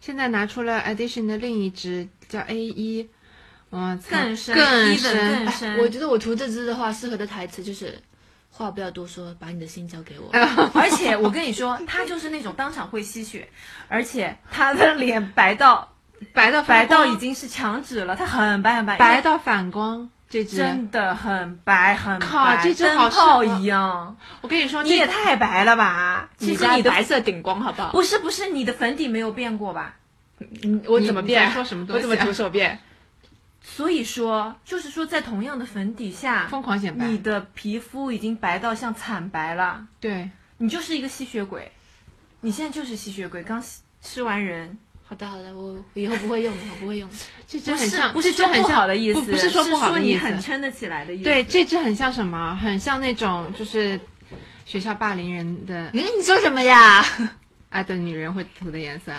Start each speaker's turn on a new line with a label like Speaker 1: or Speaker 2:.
Speaker 1: 现在拿出了 Edition 的另一支叫 A 一，我操，
Speaker 2: 更深哎
Speaker 1: 更
Speaker 2: even
Speaker 1: 深
Speaker 2: 更深。
Speaker 3: 我觉得我涂这支的话，适合的台词就是话不要多说，把你的心交给我。
Speaker 2: 而且我跟你说，他就是那种当场会吸血，而且他的脸白到
Speaker 1: 白到
Speaker 2: 白到
Speaker 1: 已
Speaker 2: 已
Speaker 1: 经
Speaker 2: 经是墙纸了，他很白很白，
Speaker 1: 白到反光。这支，
Speaker 2: 真的很白很白，
Speaker 1: 靠这只好
Speaker 2: 灯
Speaker 1: 适
Speaker 2: 泡
Speaker 1: 合
Speaker 2: 一样。
Speaker 1: 我跟你说，
Speaker 2: 你也
Speaker 1: 这
Speaker 2: 太白了吧？其实你的
Speaker 3: 色顶光好不好？
Speaker 2: 不是不是你的粉底没有变过吧？
Speaker 3: 嗯我
Speaker 1: 你
Speaker 3: 怎么
Speaker 1: 你
Speaker 3: 变
Speaker 1: 在？说什么东
Speaker 3: 我
Speaker 1: 西啊
Speaker 3: 怎么徒手变？
Speaker 2: 所以说，就是说在同样的粉底下，
Speaker 1: 疯狂显
Speaker 2: 你
Speaker 1: 白，
Speaker 2: 的皮肤已经白到像惨白了，
Speaker 1: 对，
Speaker 2: 你就是一个吸血鬼，你现在就是吸血鬼，刚吸吃完人，
Speaker 3: 好的好的，我我以后不会用的，我不会用的。
Speaker 1: 这支
Speaker 2: 不
Speaker 1: 很
Speaker 2: 是
Speaker 1: 像，
Speaker 2: 不是
Speaker 1: 这
Speaker 2: 说
Speaker 1: 很
Speaker 2: 不
Speaker 1: 像
Speaker 2: 好的意思，
Speaker 1: 不不是说
Speaker 2: 说
Speaker 1: 不好的意
Speaker 2: 你
Speaker 1: 思
Speaker 2: 很撑得起来的意思。
Speaker 1: 对，这支很像什么？很像那种就是学校霸凌人的
Speaker 3: 嗯，你说什么呀？
Speaker 1: 爱的女人会涂的颜色啊。